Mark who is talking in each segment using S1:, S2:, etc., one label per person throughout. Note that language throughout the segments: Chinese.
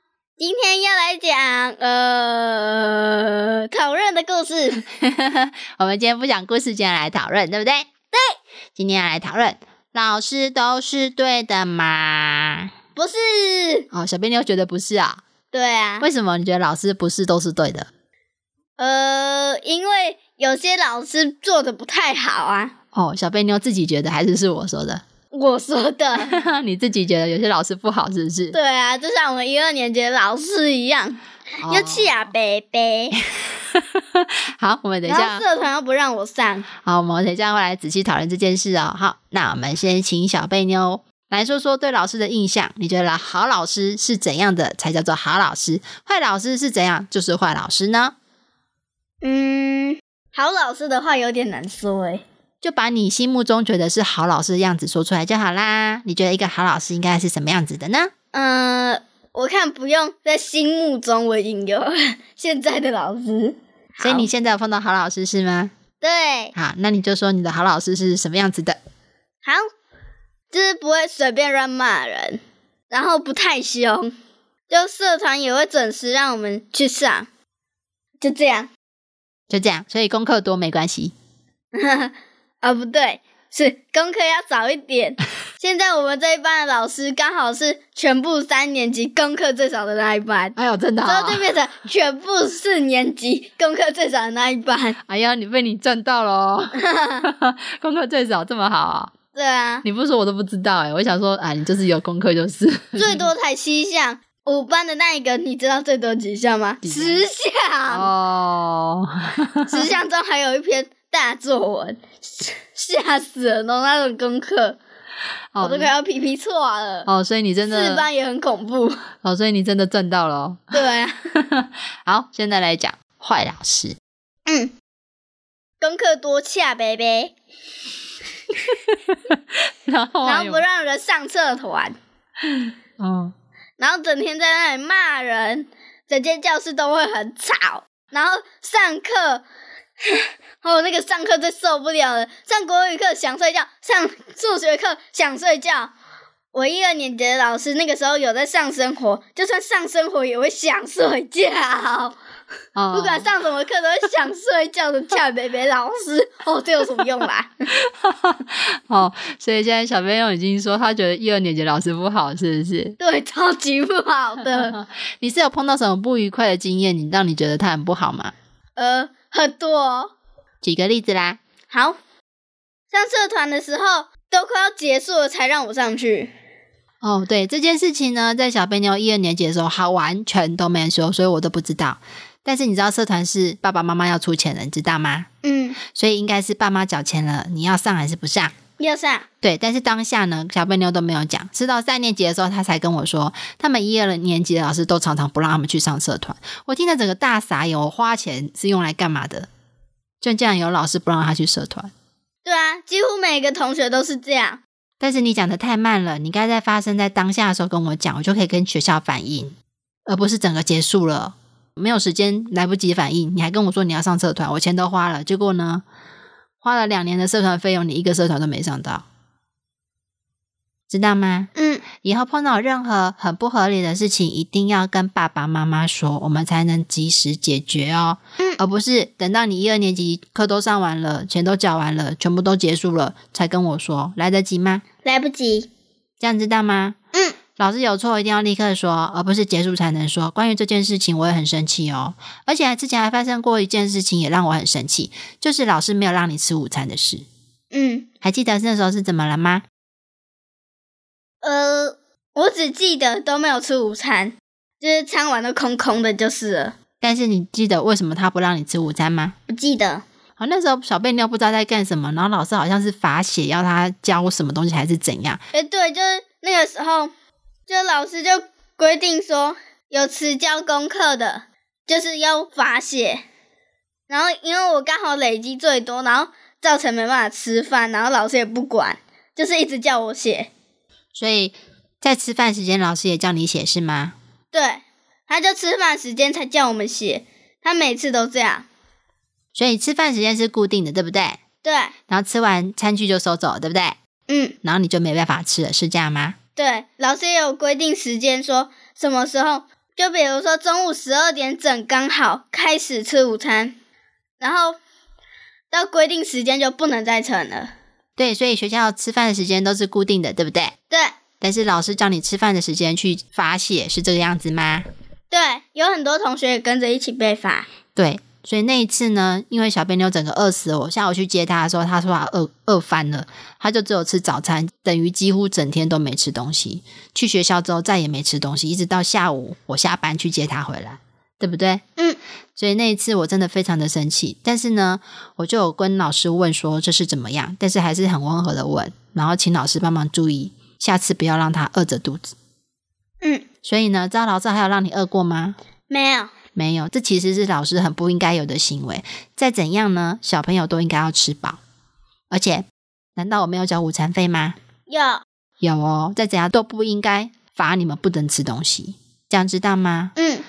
S1: 今天要来讲呃讨论的故 事，
S2: 我们今天不讲故事，今天来讨论，对不对？对，今天要来讨论，老师都是对的吗？
S1: 不是？
S2: 哦，小贝妞觉得不是啊？
S1: 对啊，
S2: 为什么你觉得老师不是都是对的？
S1: 呃，因为有些老师做的不太好啊，
S2: 哦，小贝妞自己觉得还是是我说的，
S1: 我说 的。
S2: 你自己觉得有些老师不好，是不是？
S1: 对啊，就像我们一二年级的老师一样，
S2: 哦
S1: 要气啊，贝贝。
S2: 好，我们等一
S1: 然后
S2: 下，
S1: 社团又不让我上，
S2: 好，我们等一下会来仔细讨论这件事哦。好，那我们先请小贝妞来说说对老师的印象。你觉得好老师是怎样的才叫做好老师？坏老师是怎样就是坏老师呢？
S1: 嗯，好老师的话有点难说欸诶。
S2: 就把你心目中觉得是好老师的样子说出来就好啦。你觉得一个好老师应该是什么样子的呢？
S1: 嗯、我看不用在心目中我已经有现在的老师，
S2: 所以
S1: 好
S2: 你现在有碰到好老师是吗？
S1: 对，
S2: 好，那你就说你的好老师是什么样子的。
S1: 好，就是不会随便乱骂人，然后不太凶，就社团也会准时让我们去上，就这样。
S2: 就这样，所以功课多没关系。
S1: 啊，不对，是功课要早一 点。现在我们这一班的老师刚好是全部三年级功课最少的那一班，
S2: 哎呦，真的、
S1: 之后就变成全部四年级功课最少的那一班。
S2: 哎呀，你被你赚到喽！ 功课最少这么好啊、
S1: 对啊，
S2: 你不说我都不知道哎、我想说，哎，你就是有功课就是。
S1: 最多才七项。五班的那一个，你知道最多几项吗？
S2: 几项
S1: 十项，
S2: 哦，
S1: 十项中还有一篇大作文，吓死人哦！那种功课，我都快要皮皮错了。
S2: 哦，所以你真
S1: 四
S2: 的，
S1: 班也很恐怖，
S2: 哦，所以你真的赚到了哦。
S1: 对啊。
S2: 好，现在来讲坏老师，
S1: 嗯，功课多恰呗呗，
S2: 然 后
S1: 然
S2: 还
S1: 后
S2: 有
S1: 不让人上社团，
S2: 哦，
S1: 然后整天在那里骂人，整间教室都会很吵，然后上课。 哦，那个上课最受不了了，上国语课想睡觉，上数学课想睡觉。我一二年级的老师那个时候有在上生活，就算上生活也会想睡觉，
S2: 哦
S1: 不管上什么课都会想睡觉的恰北北老师。哦，这有什么用啦？
S2: 哦，所以现在小朋友已经说他觉得一二年级老师不好，是不是？
S1: 对，超级不好的。
S2: 你是有碰到什么不愉快的经验，你让你觉得他很不好吗？
S1: 呃，很多、哦。
S2: 举个例子啦。
S1: 好，上社团的时候都快要结束了才让我上去。
S2: 哦，对这件事情呢，在小贝妞一二年级的时候，他完全都没说，所以我都不知道。但是你知道社团是爸爸妈妈要出钱的，你知道吗？
S1: 嗯，
S2: 所以应该是爸妈缴钱了，你要上还是不上？
S1: 要上。
S2: 对，但是当下呢，小贝妞都没有讲，是到三年级的时候，他才跟我说，他们一二年级的老师都常常不让他们去上社团。我听了整个大傻眼，我花钱是用来干嘛的？就这样有老师不让他去社团。
S1: 对啊，几乎每个同学都是这样。
S2: 但是你讲的太慢了，你应该在发生在当下的时候跟我讲，我就可以跟学校反映，而不是整个结束了，没有时间来不及反应，你还跟我说你要上社团，我钱都花了，结果呢，花了两年的社团费用，你一个社团都没上到，知道吗？
S1: 嗯，
S2: 以后碰到任何很不合理的事情，一定要跟爸爸妈妈说，我们才能及时解决哦，
S1: 嗯
S2: 而不是等到你一二年级课都上完了，钱都缴完了，全部都结束了才跟我说，来得及吗？
S1: 来不及。
S2: 这样知道吗？
S1: 嗯，
S2: 老师有错一定要立刻说，而不是结束才能说。关于这件事情，我也很生气哦。而且之前还发生过一件事情，也让我很生气，就是老师没有让你吃午餐的事。
S1: 嗯，
S2: 还记得那时候是怎么了吗？
S1: 呃，我只记得都没有吃午餐，就是餐碗都空空的，就是了。
S2: 但是你记得为什么他不让你吃午餐吗？
S1: 不记得。
S2: 好，那时候小贝妞不知道在干什么，然后老师好像是罚写，要他教什么东西还是怎样。
S1: 哎，对，就是那个时候，就老师就规定说，有迟交功课的，就是要罚写。然后因为我刚好累积最多，然后造成没办法吃饭，然后老师也不管，就是一直叫我写。
S2: 所以在吃饭时间，老师也叫你写是吗？
S1: 对，他就吃饭时间才叫我们写，他每次都这样。
S2: 所以吃饭时间是固定的，对不对？
S1: 对，
S2: 然后吃完餐具就收走，对不对？
S1: 嗯，
S2: 然后你就没办法吃了，是这样吗？
S1: 对，老师也有规定时间，说什么时候，就比如说中午十二点整刚好开始吃午餐，然后到规定时间就不能再盛了。
S2: 对，所以学校吃饭的时间都是固定的，对不对？
S1: 对
S2: 但是老师叫你吃饭的时间去罚写，是这个样子吗？
S1: 对，有很多同学也跟着一起被罚。
S2: 对，所以那一次呢，因为小贝妞整个饿死我，下午去接她的时候，她说她饿饿翻了，她就只有吃早餐，等于几乎整天都没吃东西。去学校之后再也没吃东西，一直到下午我下班去接她回来，对不对？
S1: 嗯。
S2: 所以那一次我真的非常的生气，但是呢，我就有跟老师问说这是怎么样，但是还是很温和的问，然后请老师帮忙注意，下次不要让她饿着肚子。
S1: 嗯，
S2: 所以呢，糟老师还有让你饿过吗？
S1: 没有，
S2: 没有，这其实是老师很不应该有的行为。再怎样呢，小朋友都应该要吃饱。而且，难道我没有交午餐费吗？
S1: 有，
S2: 有哦，再怎样都不应该罚你们不能吃东西，这样知道吗？
S1: 嗯，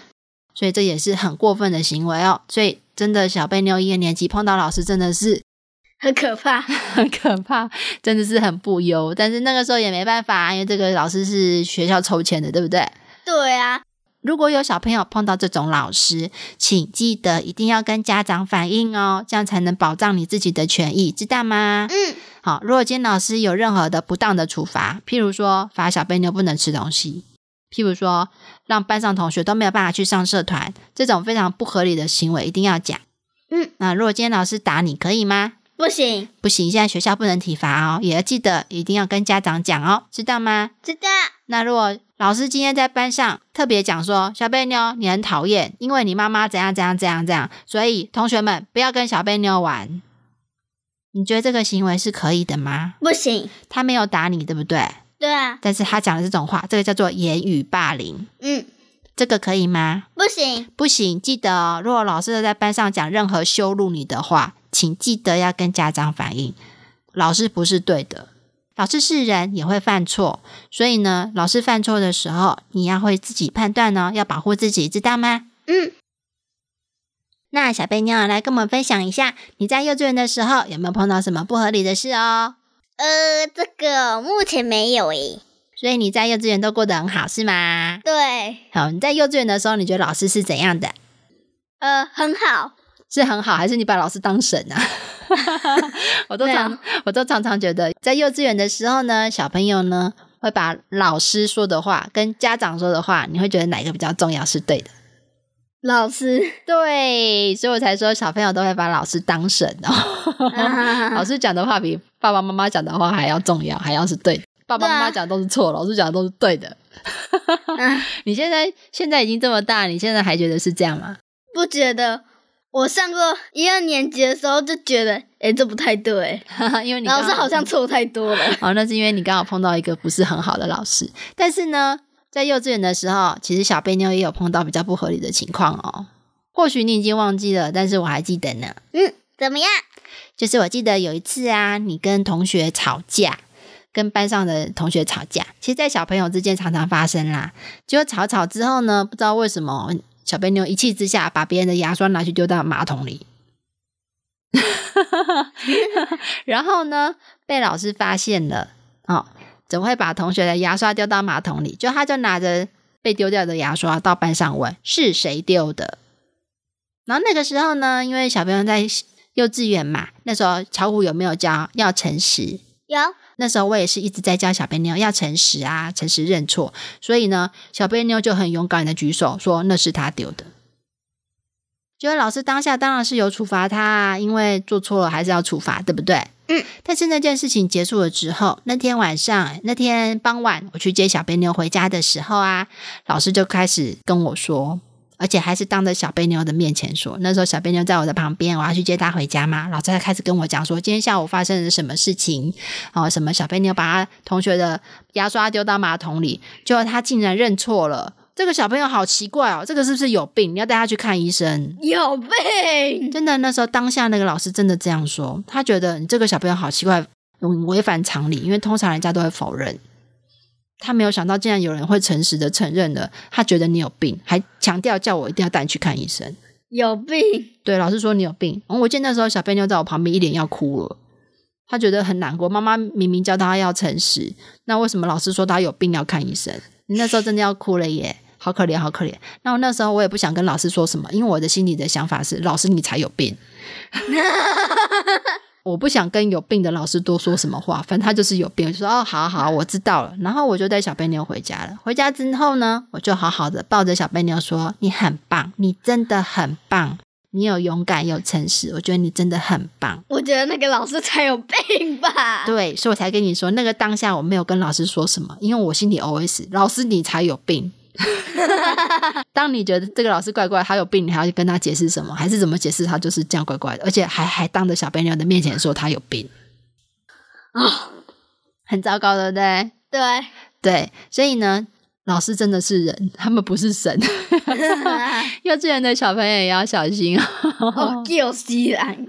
S2: 所以这也是很过分的行为哦。所以真的，小贝妞一二年级碰到老师真的是
S1: 很可怕。
S2: 很可怕，真的是很不优。但是那个时候也没办法，因为这个老师是学校抽签的，对不对？
S1: 对啊，
S2: 如果有小朋友碰到这种老师，请记得一定要跟家长反映哦，这样才能保障你自己的权益，知道吗？
S1: 嗯，
S2: 好，如果今天老师有任何的不当的处罚，譬如说罚小贝妞不能吃东西，譬如说让班上同学都没有办法去上社团，这种非常不合理的行为一定要讲。
S1: 嗯，
S2: 那如果今天老师打你可以吗？
S1: 不行，
S2: 不行，现在学校不能体罚哦，也要记得一定要跟家长讲哦，知道吗？
S1: 知道。
S2: 那如果老师今天在班上特别讲说，小贝妞你很讨厌，因为你妈妈怎样怎样怎样怎样，所以同学们不要跟小贝妞玩。你觉得这个行为是可以的吗？
S1: 不行，
S2: 他没有打你，对不对？
S1: 对啊，
S2: 但是他讲的这种话，这个叫做言语霸凌，
S1: 嗯，
S2: 这个可以吗？
S1: 不行，
S2: 不行，记得哦，如果老师在班上讲任何羞辱你的话，请记得要跟家长反映，老师不是对的，老师是人也会犯错，所以呢，老师犯错的时候，你要会自己判断哦，要保护自己，知道吗？
S1: 嗯，
S2: 那小贝妞来跟我们分享一下，你在幼稚园的时候有没有碰到什么不合理的事哦？
S1: 呃，这个目前没有诶。
S2: 所以你在幼稚园都过得很好，是吗？
S1: 对，
S2: 好，你在幼稚园的时候，你觉得老师是怎样的？
S1: 呃，很好，
S2: 是很好，还是你把老师当神啊？ 我都常、
S1: 对啊
S2: 我都常常觉得，在幼稚园的时候呢，小朋友呢会把老师说的话跟家长说的话，你会觉得哪一个比较重要是对的？
S1: 老师，
S2: 对，所以我才说小朋友都会把老师当神哦。 老
S1: 啊
S2: 师讲的话比爸爸妈妈讲的话还要重要，还要是对的。爸爸妈
S1: 对
S2: 妈
S1: 啊
S2: 讲都是错，老师讲的都是对的。
S1: 嗯
S2: 你现在现在已经这么大，你现在还觉得是这样吗？
S1: 不觉得？我上过一二年级的时候就觉得，诶，这不太对，
S2: 因为你刚
S1: 老师好像错太多了。
S2: 哦，那是因为你刚 好碰到一个不是很好的老师。但是呢，在幼稚园的时候，其实小贝妞也有碰到比较不合理的情况哦。或许你已经忘记了，但是我还记得呢。
S1: 嗯， 怎么样？
S2: 就是我记得有一次啊，你跟同学吵架，跟班上的同学吵架，其实，在小朋友之间常常发生啦。结果吵吵之后呢，不知道为什么小贝妞一气之下把别人的牙刷拿去丢到马桶里， 然后呢被老师发现了，哦，怎么会把同学的牙刷丢到马桶里？就他就拿着被丢掉的牙刷到班上问是谁丢的。然后那个时候呢，因为小朋友在幼稚园嘛，那时候巧虎有没有教要诚实？
S1: 有，
S2: 那时候我也是一直在教小贝妞要诚实啊，诚实认错。所以呢，小贝妞就很勇敢的举手说那是他丢的。结果老师当下当然是有处罚他啊，因为做错了还是要处罚，对不对？
S1: 嗯。
S2: 但是那件事情结束了之后，那天晚上，那天傍晚我去接小贝妞回家的时候啊，老师就开始跟我说，而且还是当着小贝妞的面前说。那时候小贝妞在我的旁边，我要去接她回家嘛，老师才开始跟我讲说今天下午发生了什么事情，哦，什么小贝妞把他同学的牙刷丢到马桶里，结果他竟然认错了。这个小朋友好奇怪哦，这个是不是有病？你要带他去看医生。
S1: 有病！
S2: 真的，那时候当下那个老师真的这样说，他觉得你这个小朋友好奇怪，嗯违反常理，因为通常人家都会否认。他没有想到，竟然有人会诚实的承认了，他觉得你有病，还强调叫我一定要带你去看医生。
S1: 有病！
S2: 对，老师说你有病。然后我记得那时候小贝妞在我旁边一脸要哭了，她觉得很难过。妈妈明明教她要诚实，那为什么老师说她有病要看医生？你那时候真的要哭了耶，好可怜，好可怜。那我那时候我也不想跟老师说什么，因为我的心里的想法是，老师你才有病。我不想跟有病的老师多说什么话，反正他就是有病。我就说哦，好好，我知道了。然后我就带小贝妞回家了。回家之后呢，我就好好的抱着小贝妞说：“你很棒，你真的很棒，你有勇敢，有诚实，我觉得你真的很棒。
S1: 我觉得那个老师才有病 吧？
S2: 对，所以我才跟你说，那个当下我没有跟老师说什么，因为我心里 OS：老师你才有病。 当你觉得这个老师怪怪，他有病，你还要跟他解释什么？还是怎么解释他就是这样怪怪的，而且还还当着小贝妞的面前说他有病。哦
S1: 啊、
S2: 很糟糕，对不对？
S1: 对，
S2: 对，所以呢，老师真的是人，他们不是神。 幼稚园的小朋友也要小心哦。
S1: 哦，救西兰，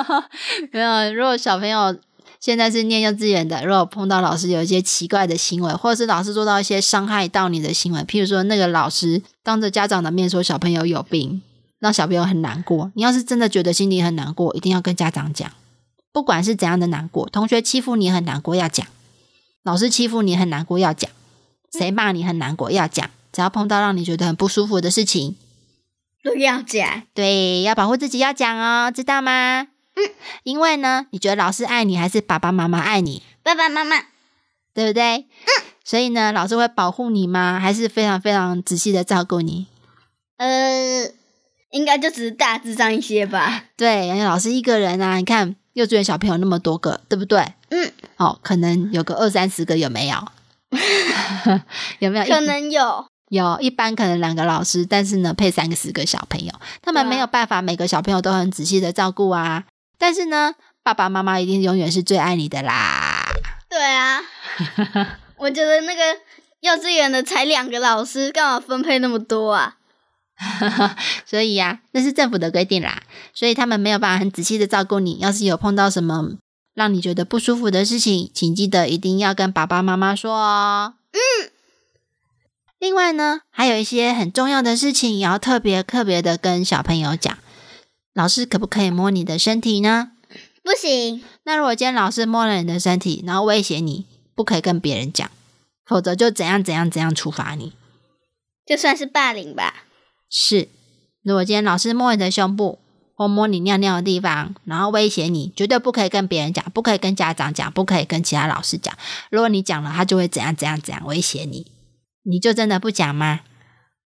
S2: 没有，如果小朋友现在是念幼稚园的，如果碰到老师有一些奇怪的行为，或者是老师做到一些伤害到你的行为，譬如说那个老师当着家长的面说小朋友有病，让小朋友很难过。你要是真的觉得心里很难过，一定要跟家长讲，不管是怎样的难过，同学欺负你很难过要讲，老师欺负你很难过要讲，谁骂你很难过要讲，只要碰到让你觉得很不舒服的事情，
S1: 都要讲。
S2: 对，要保护自己，要讲哦，知道吗？嗯，因为呢，你觉得老师爱你还是爸爸妈妈爱你，
S1: 爸爸妈妈，
S2: 对不对？嗯，所以呢，老师会保护你吗？还是非常非常仔细的照顾你？
S1: 呃，应该就只是大致上一些吧。
S2: 对，因为老师一个人啊，你看幼稚园小朋友那么多个，对不对？
S1: 嗯，
S2: 哦，可能有个二三十个，有没有？ 有没有？
S1: 可能有，
S2: 有一般可能两个老师，但是呢配三个十个小朋友，他们
S1: 对啊
S2: 没有办法每个小朋友都很仔细的照顾啊。但是呢，爸爸妈妈一定永远是最爱你 的啦。
S1: 对 啊。我觉得那个幼稚园的才两个老师，干嘛分配那么多啊？
S2: 所以呀、那是政府的规定啦，所以他们没有办法很仔细的照顾你。要是有碰到什么让你觉得不舒服的事情，请记得一定要跟爸爸妈妈说哦。嗯。另外呢，还有一些很重要的事情，也要特别特别的跟小朋友讲。老师可不可以摸你的身体呢？
S1: 不行，
S2: 那如果今天老师摸了你的身体，然后威胁你，不可以跟别人讲，否则就怎样怎样怎样处罚你。
S1: 就算是霸凌吧。
S2: 是，如果今天老师摸你的胸部或摸你尿尿的地方，然后威胁你，绝对不可以跟别人讲，不可以跟家长讲，不可以跟其他老师讲。如果你讲了，他就会怎样怎样怎样威胁你，你就真的不讲吗？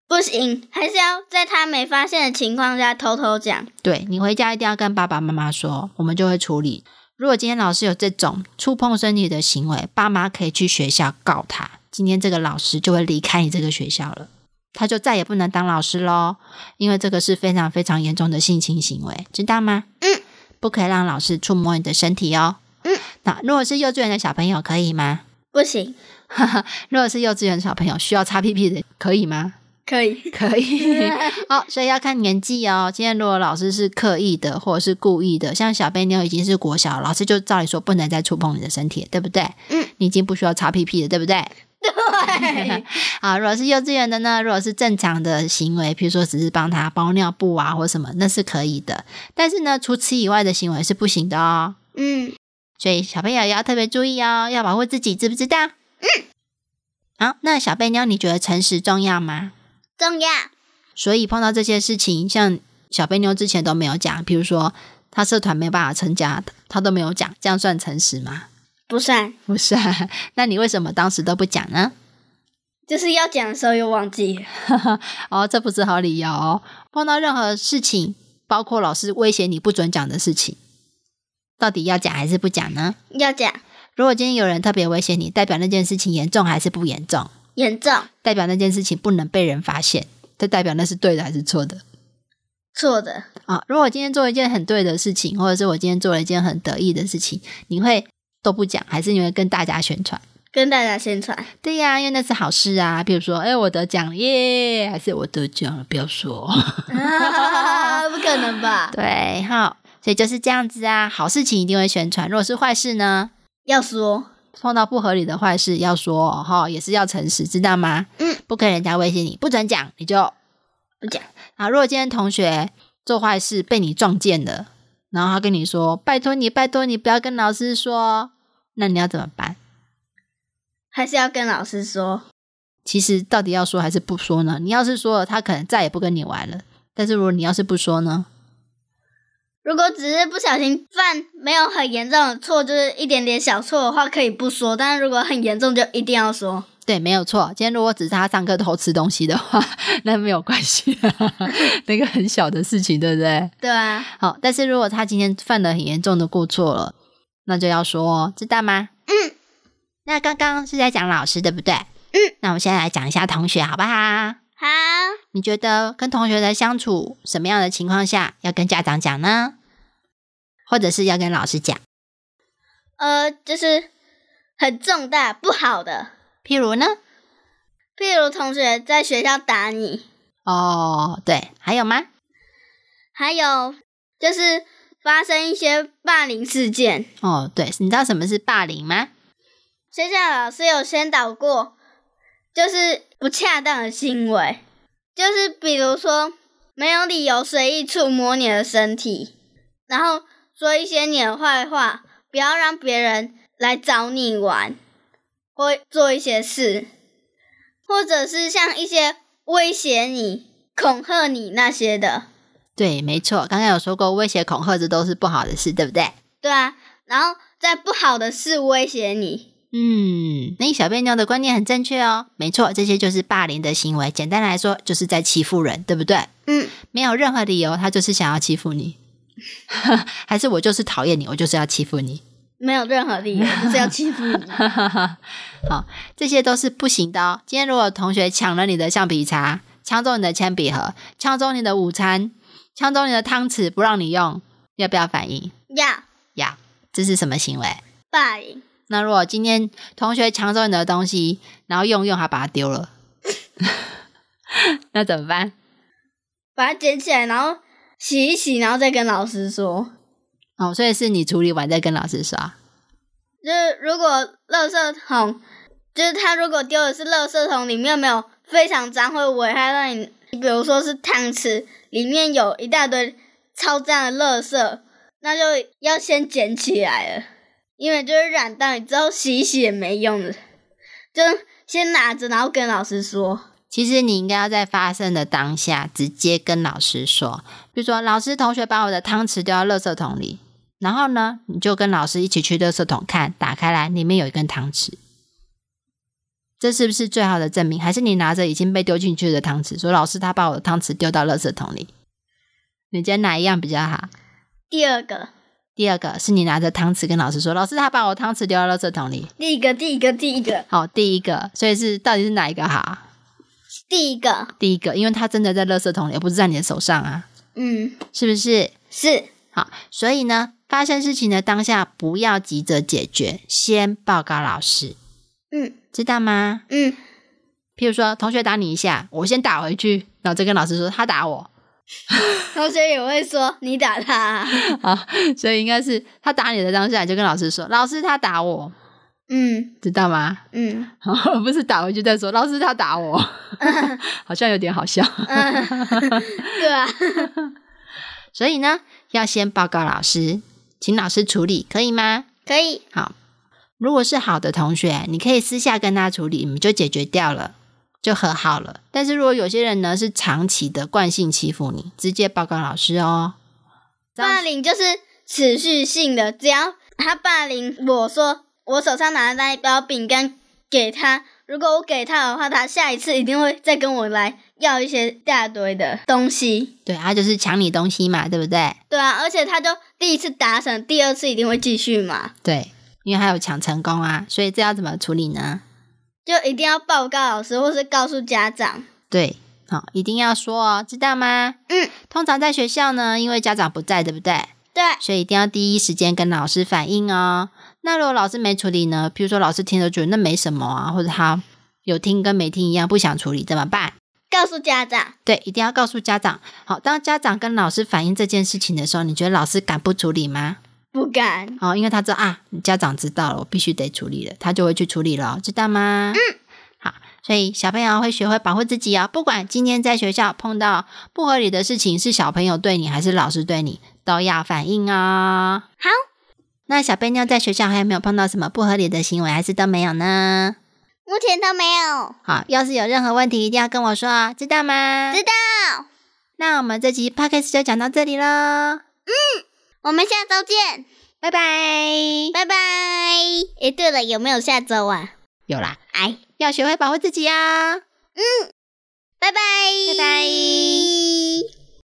S1: 不行，还是要在他没发现的情况下偷偷讲。
S2: 对你回家一定要跟爸爸妈妈说，我们就会处理。如果今天老师有这种触碰身体的行为，爸妈可以去学校告他，今天这个老师就会离开你这个学校了，他就再也不能当老师喽，因为这个是非常非常严重的性侵行为，知道吗？
S1: 嗯，
S2: 不可以让老师触摸你的身体哦。
S1: 嗯，
S2: 那如果是幼稚园的小朋友可以吗？
S1: 不行，
S2: 如果是幼稚园小朋友需要擦屁屁的可以吗？
S1: 可以。
S2: 可以哦，所以要看年纪哦。今天如果老师是刻意的或者是故意的，像小贝妞已经是国小，老师就照理说不能再触碰你的身体了，对不对？
S1: 嗯，
S2: 你已经不需要擦屁屁了，对不对？
S1: 对，
S2: 啊，如果是幼稚园的呢，如果是正常的行为，比如说只是帮他包尿布啊或什么，那是可以的。但是呢，除此以外的行为是不行的哦。
S1: 嗯，
S2: 所以小朋友也要特别注意哦，要保护自己，知不知道？嗯。好，那小贝妞，你觉得诚实重要吗？
S1: 重要。
S2: 所以碰到这些事情，像小贝妞之前都没有讲，比如说他社团没办法参加，他都没有讲，这样算诚实吗？
S1: 不算，
S2: 不是、啊，那你为什么当时都不讲呢？
S1: 就是要讲的时候又忘记了。
S2: 哦，这不是好理由、哦。碰到任何事情，包括老师威胁你不准讲的事情，到底要讲还是不讲呢？
S1: 要讲
S2: 如果今天有人特别威胁你，代表那件事情严重还是不严重？
S1: 严重
S2: 代表那件事情不能被人发现，这代表那是对的还是错的？
S1: 错的，
S2: 啊，如果我今天做一件很对的事情，或者是我今天做了一件很得意的事情，你会都不讲，还是你会跟大家宣传？
S1: 跟大家宣传。
S2: 对呀、因为那是好事啊。比如说，哎、我得奖了耶，还是我得奖了，不要说。
S1: 啊 不可能吧？
S2: 对，好，所以就是这样子啊。好事情一定会宣传，如果是坏事呢，
S1: 要说
S2: 碰到不合理的坏事要说哦哈、也是要诚实，知道吗？
S1: 嗯，
S2: 不跟人家威胁你，不准讲，你就
S1: 不讲。
S2: 啊，如果今天同学做坏事被你撞见了，然后他跟你说：“拜托你，拜托你，不要跟老师说。”那你要怎么办？
S1: 还是要跟老师说。
S2: 其实到底要说还是不说呢？你要是说了，他可能再也不跟你玩了。但是如果你要是不说呢？
S1: 如果只是不小心犯没有很严重的错，就是一点点小错的话，可以不说；但是如果很严重，就一定要说。
S2: 对，没有错。今天如果只是他上课偷吃东西的话， 那没有关系、啊， 那个很小的事情，对不对？
S1: 对啊，
S2: 好，但是如果他今天犯了很严重的过错了，那就要说哦，知道吗？嗯。那刚刚是在讲老师，对不对？嗯。那我们现在来讲一下同学，好不好？
S1: 好，
S2: 你觉得跟同学的相处，什么样的情况下要跟家长讲呢？或者是要跟老师讲？
S1: 呃，就是很重大不好的，
S2: 譬如呢？
S1: 譬如同学在学校打你，
S2: 哦，对，还有吗？
S1: 还有就是发生一些霸凌事件。
S2: 哦，对，你知道什么是霸凌吗？
S1: 学校老师有宣导过，就是不恰当的行为，就是比如说没有理由随意触摸你的身体，然后说一些你的坏话，不要让别人来找你玩，或做一些事，或者是像一些威胁你、恐吓你那些的，
S2: 对，没错，刚刚有说过，威胁、恐吓这都是不好的事，对不对？
S1: 对啊，然后在不好的事威胁你，
S2: 嗯，那小便妞的观念很正确哦，没错，这些就是霸凌的行为。简单来说，就是在欺负人，对不对？
S1: 嗯，
S2: 没有任何理由，他就是想要欺负你， 还是我就是讨厌你，我就是要欺负你。
S1: 没有任何理由，就是要欺负你。
S2: 好，这些都是不行的哦。今天如果同学抢了你的橡皮擦，抢走你的铅笔盒，抢走你的午餐，抢走你的汤匙，不让你用，要不要反应？
S1: 呀，
S2: 要，这是什么行为？
S1: 霸凌，
S2: 那如果今天同学抢走你的东西，然后用用还把它丢了， 那怎么办？
S1: 把它捡起来，然后洗一洗，然后再跟老师说。
S2: 哦，所以是你处理完再跟老师说啊。
S1: 就是如果垃圾桶，就是他如果丢的是垃圾桶里面没有非常脏，会危害到你，比如说是汤匙里面有一大堆超脏的垃圾，那就要先捡起来了，因为就是染到你之后洗一洗也没用的，就先拿着，然后跟老师说。
S2: 其实你应该要在发生的当下直接跟老师说，比如说老师，同学把我的汤匙丢到垃圾桶里，然后呢，你就跟老师一起去垃圾桶看，打开来里面有一根汤匙，这是不是最好的证明？还是你拿着已经被丢进去的汤匙说老师他把我的汤匙丢到垃圾桶里？你觉得哪一样比较好？
S1: 第二个，
S2: 第二个是你拿着汤匙跟老师说，老师他把我汤匙丢到垃圾桶里。
S1: 第一个，第一个，第一个，
S2: 好，第一个，所以是到底是哪一个好？
S1: 第一个，
S2: 第一个，因为他真的在垃圾桶里，而不是在你的手上啊，
S1: 嗯，
S2: 是不是？
S1: 是
S2: 好，所以呢，发生事情的当下不要急着解决，先报告老师，
S1: 嗯
S2: 知道吗？
S1: 嗯，
S2: 譬如说，同学打你一下，我先打回去，然后再跟老师说他打我
S1: 同学也会说你打他啊、
S2: 啊，所以应该是他打你的当下，你就跟老师说，老师他打我，
S1: 嗯
S2: 知道吗？
S1: 嗯
S2: 不是打回去再说，老师他打我，好像有点好笑。
S1: 嗯， 对啊，
S2: 所以呢，要先报告老师，请老师处理，可以吗？
S1: 可以，
S2: 好，如果是好的同学，你可以私下跟他处理，你们就解决掉了，就和好了。但是如果有些人呢是长期的惯性欺负你，直接报告老师哦。这样
S1: 霸凌就是持续性的，只要他霸凌我说我手上拿的那一包饼干给他，如果我给他的话，他下一次一定会再跟我来要一些大堆的东西。
S2: 对他就是抢你东西嘛，对不对？
S1: 对啊，而且他就第一次达成，第二次一定会继续嘛，
S2: 对，因为他有抢成功啊，所以这要怎么处理呢？
S1: 就一定要报告老师或是告诉家长。
S2: 对，好、一定要说哦，知道吗？
S1: 嗯，
S2: 通常在学校呢，因为家长不在，对不对？
S1: 对，
S2: 所以一定要第一时间跟老师反映哦。那如果老师没处理呢？比如说老师听了觉得那没什么啊，或者他有听跟没听一样，不想处理怎么办？
S1: 告诉家长，
S2: 对，一定要告诉家长。好，当家长跟老师反映这件事情的时候，你觉得老师敢不处理吗？
S1: 不敢。
S2: 哦，因为他知道啊，家长知道了，我必须得处理了，他就会去处理了，知道吗？嗯。好，所以小朋友会学会保护自己哦。不管今天在学校碰到不合理的事情，是小朋友对你还是老师对你，都要反应哦。
S1: 好，
S2: 那小贝妞在学校还有没有碰到什么不合理的行为，还是都没有呢？
S1: 目前都没有。
S2: 好，要是有任何问题，一定要跟我说哦，知道吗？
S1: 知道，
S2: 那我们这集 podcast 就讲到这里喽，
S1: 我们下周见，
S2: 拜拜。
S1: 拜拜。诶，对了，有没有下周啊？
S2: 有啦，
S1: 哎，
S2: 要哦学会保护自己啊。
S1: 拜拜，
S2: 拜拜